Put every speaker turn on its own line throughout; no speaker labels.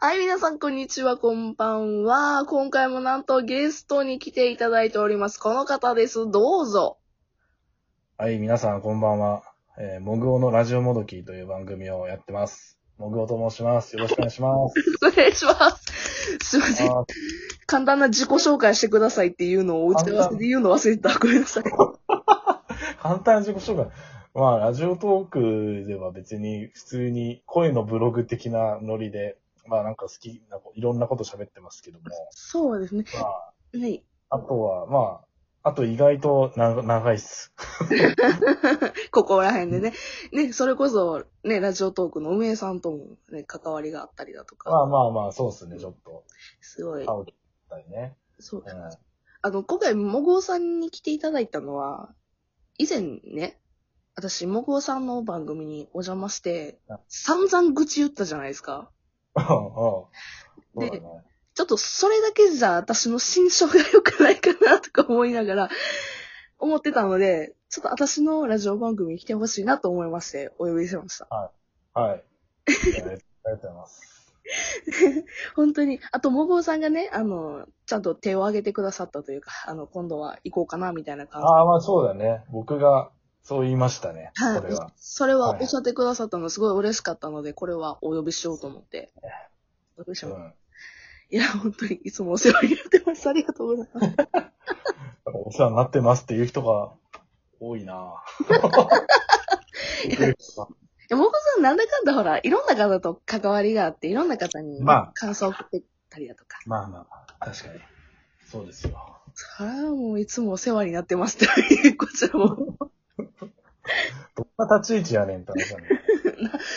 はい、皆さん、こんにちは、こんばんは。今回もなんとゲストに来ていただいております。この方です。どうぞ。
はい、皆さんこんばんは。えー、モグオのラジオもどきという番組をやってます。モグオと申します。よろしくお願い します。
失礼します。すいません。
あ
簡単な自己紹介してくださいっていうのを打ち合わせで言うの忘れてた。ごめんなさい。
ー簡単な自己紹介。まあ、ラジオトークでは別に普通に声のブログ的なノリで、まあなんか好きなこ、いろんなこと喋ってますけども、
そうですね。
まあ、
はい。
あとは、まあ、あと意外とな長いっす。
ここら辺でね。ね、それこそ、ね、ラジオトークの運営さんともね、関わりがあったりだと
ま
か。
あまあまあ、そうっすね、ちょっと。
すごい。
会う機会ね。
そう
う。ん。
あの、今回、もごうさんに来ていただいたのは、以前ね、私、もごうさんの番組にお邪魔して
あ、
散々愚痴言ったじゃないですか。
そうだね。
ちょっとそれだけじゃ私の心象が良くないかなとか思いながら、思ってたので、ちょっと私のラジオ番組に来てほしいなと思いまして、お呼びしました。
はい。ありがとうございます。
本当に、あと、もごうさんがね、あの、ちゃんと手を挙げてくださったというか、あの、今度は行こうかな、みたいな感じで
ああ、まあそうだね。僕がそう言いましたね。
はい
これは。
それは
はい
おっしゃってくださったのすごい嬉しかったので、これはお呼びしようと思って。お呼びし
う。
ようんいや、本当にいつもお世話になってます。ありがとうございます。
お世話になってますっていう人が多いな
いや、もこさんなんだかんだほら、いろんな方と関わりがあって、いろんな方に
まあ
感想を送ってたりだとか。
まあまあ、確かに。そうですよ。
それはもういつもお世話になってます という、こちらも。
どんな立ち位置やねんって話だね。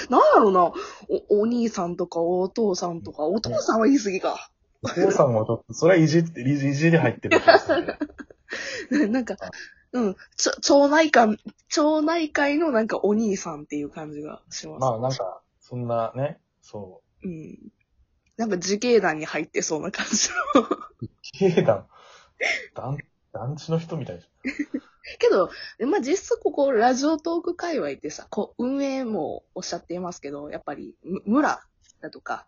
なんだろうな、お、お兄さんとかお父さんとか、お父さんは言い過ぎか。
お父さんもちょっと、それはいじって、いじいじり入ってる気がするけど。
なんか
あ、
うん、ちょ、町内会、町内会のなんかお兄さんっていう感じがします。
まあなんか、そんなね、そ
うん。なんか自警団に入ってそうな感じの。
う、経営団、団、団地の人みたいじ
けど、まあ、実質ここ、ラジオトーク界隈ってさ、こう、運営もおっしゃっていますけど、やっぱり、む村だとか、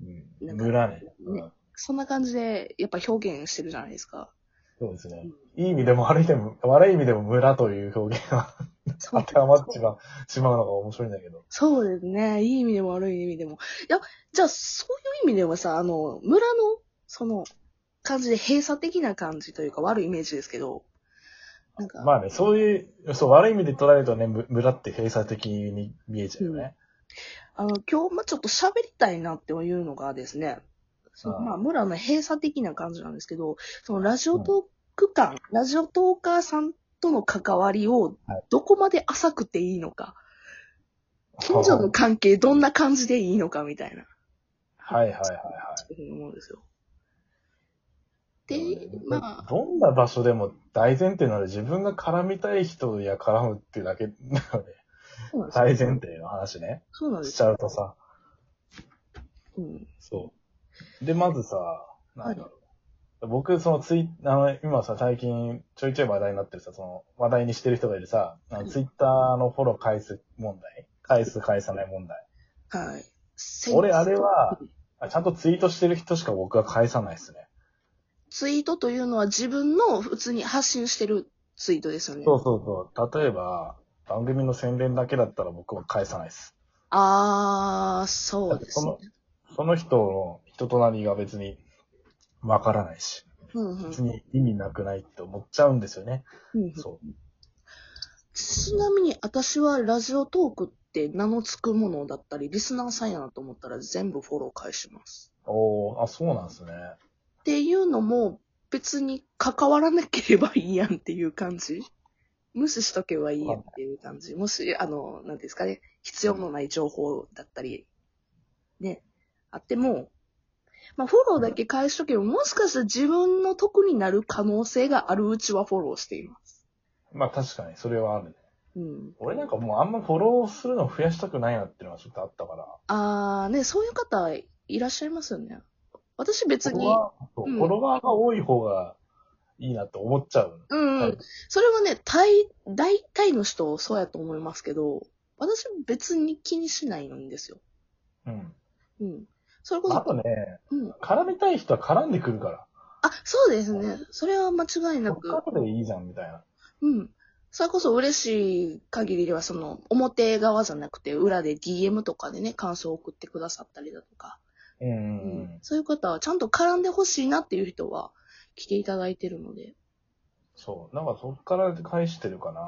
ゃん。
な
う。
んんか
村ね。う
ね
ん。
そんな感じで、やっぱ表現してるじゃないですか。
そうですね。いい意味でも悪い意味でも、悪い意味でも村という表現は。
そ
当
う
てはまってしまうしまうのが面白いんだけど。
そうですね。いい意味でも悪い意味でも。いや、じゃあ、そういう意味ではさ、あの、村の、その、感じで閉鎖的な感じというか、悪いイメージですけど、なんか、
まあね、そういう、そう、悪い意味で捉えるとね、む村って閉鎖的に見えちゃうよね。
あの、今日、まあ、ちょっと喋りたいなっていうのがですね、その
はい
まあ、村の閉鎖的な感じなんですけど、そのラジオトーク感、ラジオトーカーさんとの関わりを
はい、
どこまで浅くていいのか、近所の関係どんな感じでいいのかみたいな、
はいはいはいはい。
そういうふうに思うんですよ。で
でもね、
まあ、
どんな場所でも大前提なので自分が絡みたい人や絡むってだけなので、
そうなんですよ。
大前提の話ね、
そうなんで
し
す
ち
よ。
ゃうとさ、
うん。
そう。で、まずさ、なんだろう。僕、そのツイあの、今さ、最近ちょいちょい話題になってるさ、その話題にしてる人がいるさ、あ
うん
のツイッターのフォロー返す問題返す返さない問題。
はい。
俺、あれは、あちゃんとツイートしてる人しか僕は返さないですね。
ツイートというのは自分の普通に発信してるツイートですよね。
そうそうそう。例えば、番組の宣伝だけだったら僕は返さないです。
あー、そうですね。
その人の人となりが別にわからないし、
うんうん
別に意味なくないって思っちゃうんですよね。
うんうん
そう。
ちなみに私はラジオトークって名の付くものだったり、リスナーさんやなと思ったら全部フォロー返します。
おー、あ、そうなんですね。
っていうのも別に関わらなければいいやんっていう感じ無視しとけばいいやんっていう感じ。もし、あの、なんていうんですかね、必要のない情報だったり、ね、あっても、まあフォローだけ返しとけば、もしかしたら自分の得になる可能性があるうちはフォローしています。
まあ確かに、それはあるね。
うん。
俺なんかもうあんまフォローするの増やしたくないなっていうのはちょっとあったから。
あーね、そういう方いらっしゃいますよね。私別
フォ
に
ロ、ワーそう
うん
フォロワーが多い方がいいなって思っちゃう。
うん、
はい
それはね、大、大体の人そうやと思いますけど、私別に気にしないんですよ。
うん。
うん。それこ
あ
そ、
とね、
うん。
絡みたい人は絡んでくるから。
あ、そうですね。それは間違いなく。
ここでいいじゃん、みたいな。
うん。それこそ嬉しい限りでは、その、表側じゃなくて、裏で DM とかでね、感想を送ってくださったりだとか、
うんう
うん
うん。
そういう方は、ちゃんと絡んでほしいなっていう人は、来ていただいてるので。
そう。なんかそっから返してるかな。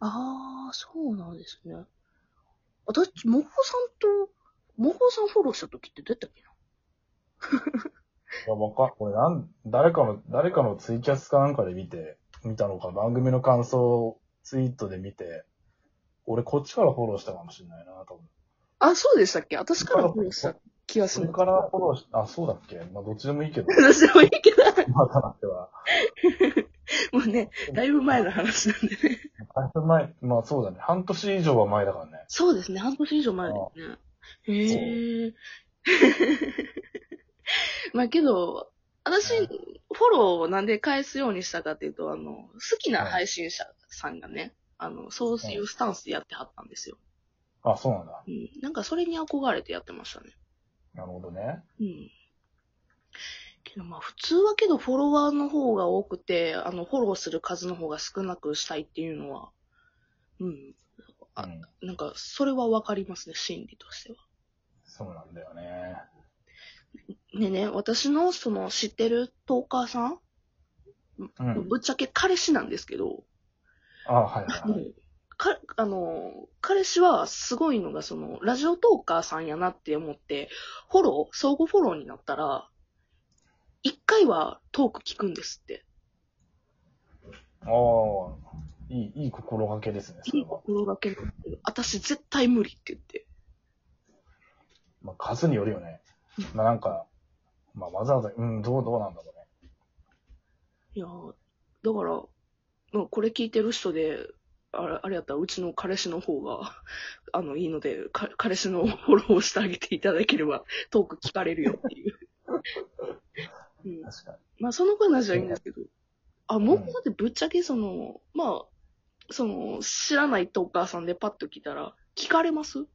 ああ、そうなんですね。私、もこさんと、もこさんフォローした時ってどうやったっけない
や、わか、これなん、誰かの、誰かのツイキャスかなんかで見て、見たのか、番組の感想をツイートで見て、俺こっちからフォローしたかもしれないな、多分。
あ、そうでしたっけ私からフォローした気がす
そ
る、
れ。からフォローし、あ、そうだっけまあ、どっちでもいいけど
私でもいいけど、
またなっては。
もうね、だいぶ前の話なんでね。
だいぶ前、まあそうだね。半年以上は前だからね。
そうですね、半年以上前ですね。へえ。 まあけど、私、
うん
フォローをなんで返すようにしたかっていうと、あの、好きな配信者さんがね、あの、そういうスタンスでやってはったんですよ。
あ、そうなんだ。
うん。なんかそれに憧れてやってましたね。
なるほどね。
うん。けどまあ普通はけどフォロワーの方が多くて、あの、フォローする数の方が少なくしたいっていうのは、うん。あ
うん。
なんか、それはわかりますね、心理としては。
そうなんだよね。
ねえねえ、私のその知ってるトーカーさん、
うん。
ぶっちゃけ彼氏なんですけど、
あ、はいはい はい。
うんか、あの、彼氏はすごいのが、その、ラジオトーカーさんやなって思って、フォロー、相互フォローになったら、一回はトーク聞くんですって。
ああ、いい、いい心がけですね、そ
い
れ
い
は。
心がけなんだけど、私絶対無理って言って。
まあ、数によるよ ね。まあ、なんか、まあ、わざわざ、うん、どう、どうなんだろうね。
いやーだから、まあこれ聞いてる人で、あれ、あれやったらうちの彼氏の方が、 あの、いいので、か彼氏のフ ォローをしてあげていただければ、トーク聞かれるよっていう。 うん、
確かに。
まあ、その話はいいんですけど、あ、もうだってぶっちゃけその、まあ、その、知らないトーカーさんでパッと来たら、聞かれます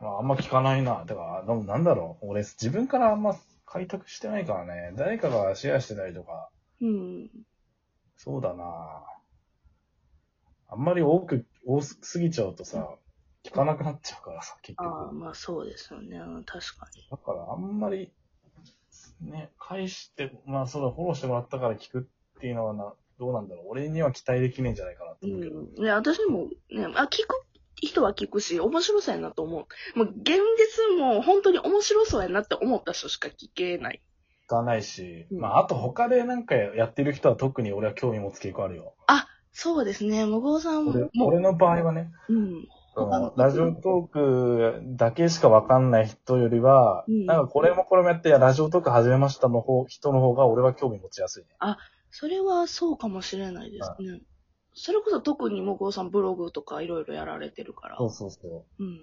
まあ、あんま聞かないな。だから、でもなんだろう。俺、自分からあんま開拓してないからね。誰かがシェアしてたりとか、
うん。
そうだなあんまり多く、多すぎちゃうとさ、聞かなくなっちゃうからさ、結
ああ、
局。
まあそうですよね。確かに。
だから、あんまり、ね、返して、まあ、そうだ、フォローしてもらったから聞くっていうのはな、どうなんだろう。俺には期待できねえんじゃないかなと思うけど。
うん。ね、私もね、あ、聞く人は聞くし、面白そうやなと思う。もう現実も本当に面白そうやなって思った人しか聞けない。
聞かないし、
うん
まあ、あと他でなんかやってる人は特に俺は興味持つ傾向あるよ。
そうですね、無謀さんも
俺、
も
俺の場合はね、
う、うん。
そ
他の
のラジオトークだけしかわかんない人よりは、
うん
なんかこれもこれもやって、いやラジオトーク始めましたの方、人の方が俺は興味持ちやすいね。
それはそうかもしれないですね。それこそ特に無謀さんブログとかいろいろやられてるから。
そうそうそ
うん。
う。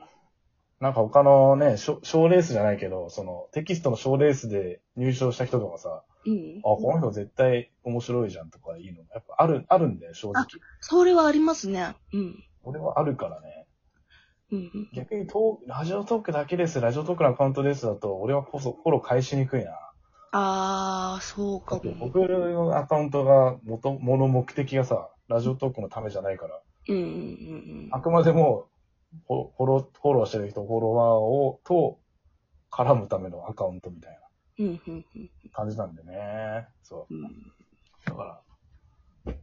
なんか他のね、賞ーレースじゃないけど、そのテキストの賞ーレースで入賞した人とかさ、
うん
あ、。この人絶対面白いじゃんとかいうの、やっぱある、あるんだよ、正直
あ。それはありますね。うん。
俺はあるからね。
うんうん。
逆にトークラジオトークだけです、ラジオトークのアカウントですだと、俺はこそ、フォロー返しにくいな。
ああ、そうかも。
僕のアカウントが元、もの目的がさ、ラジオトークのためじゃないから、
うんうんうん
あくまでも、フォフォロー、フォローしてる人、フォロワーを、と、絡むためのアカウントみたいな
うん。うんうんうん
感じなんでね。そ
うん。
う。だから、は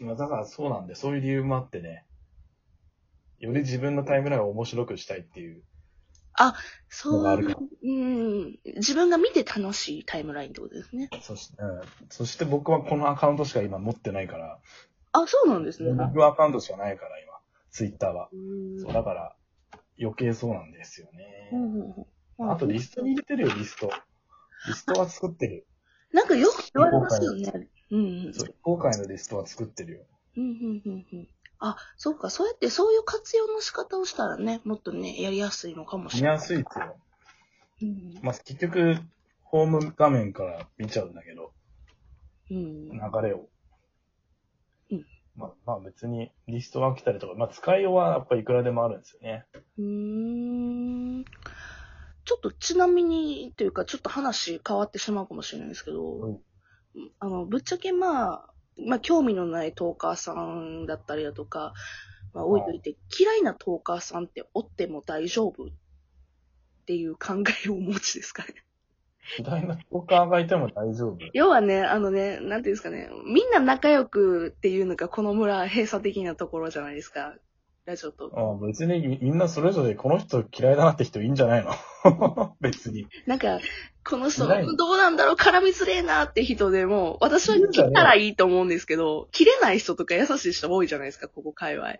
い。まあだからそうなんで、そういう理由もあってね、より自分のタイムラインを面白くしたいっていうの
そう
があるから。
うん。自分が見て楽しいタイムラインってことですね。
そし,、うん、そして僕はこのアカウントしか今持ってないから、
あ、そうなんですね。
僕はアカウントしかないから今、ツイッターは。
うん
そうだから、余計そうなんですよ
う
ね。
んうんうん
あとリストに入れてるよ、リスト。リストは作ってる。
なんかよく言われますよね。うんうん。
そう、非公開のリストは作ってるよ。
うんうんうんうん。あ、そうか。そうやって、そういう活用の仕方をしたらね、もっとね、やりやすいのかもし
見
れない。
やすいですよ。
うん
まあ、結局、ホーム画面から見ちゃうんだけど、
うん。
流れを。
うん
まあ、まあ別にリストが来たりとか、まあ使いようはやっぱいくらでもあるんですよね。
うーん。ちょっとちなみにというか、ちょっと話変わってしまうかもしれないですけど、
うん
あの、ぶっちゃけまあ、まあ、興味のないトーカーさんだったりだとか、まあ、置いといて、嫌いなトーカーさんっておっても大丈夫っていう考えをお持ちですかね。
嫌いなトーカーがいても大丈夫。
要はね、あのね、なんていうんですかね、みんな仲良くっていうのがこの村閉鎖的なところじゃないですか。ラジオと。
あ別にみみんなそれぞれこの人嫌いだなって人いいんじゃないの 別に。
なんか、この人、
いないの
どうなんだろう、絡みづれえなって人でも、私は切ったらいいと思うんですけど、切れない人とか優しい人多いじゃないですか、ここ界隈。
あ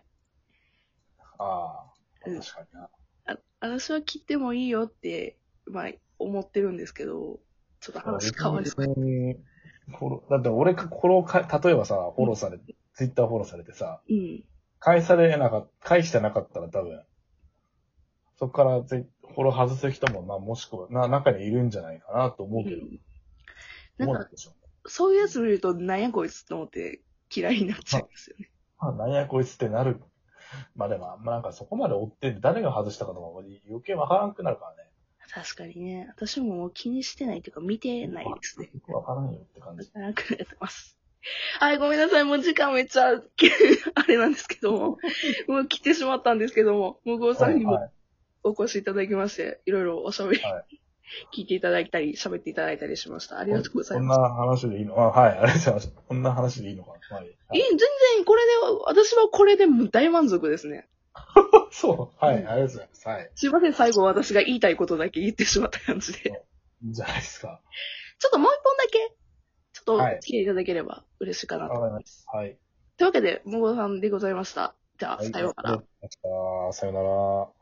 あ、
う
確
ん
かにな。
あ私は切ってもいいよって、まあ、思ってるんですけど、ちょっと話変わりそう。
別にフォローだって俺がフォローか、例えばさ、フォローされ、ツイッターフォローされてさ、
うん。
返されなかっ返してなかったら多分、そこからツイフォロー外す人も、まあもしくは、な、中にいるんじゃないかなと思うけど、
うん
思
な
うん
か、
でしょ。
そういうやつ見ると、なんやこいつと思って嫌いになっちゃいますよね。
まあ、なんやこいつってなる。まあでも、まあなんかそこまで追って誰が外したかとか余計わからんくなるからね。
確かにね。私ももう気にしてないというか、見てないですね。
よくわからんよって感じ。
長くなってます。はい、ごめんなさい。もう時間めっちゃ、 あれなんですけど も。もう来てしまったんですけども、無謀さんに
は
も
い
お越しいただきまして、いろいろおしゃべり、
は
聞いていただいたり、喋っていただいたりしました。ありがとうござい
こん
ま
な
す。
話でいいのあはい、ありがとうございます。こんな話でいいのかな、はい
いい、全然これで、私はこれでもう大満足ですね。
そう。はい、ありがとうございます。はい。
すいません、最後私が言いたいことだけ言ってしまった感じで。
いいんじゃないですか。
ちょっともう一本だけ、ちょっとお
はい
付き合いいただければ嬉しいかな
わ
と。
かりました。はい。
というわけで、無謀さんでございました。じゃあ、
はい
さようなら。
ありがとうございましたさようなら。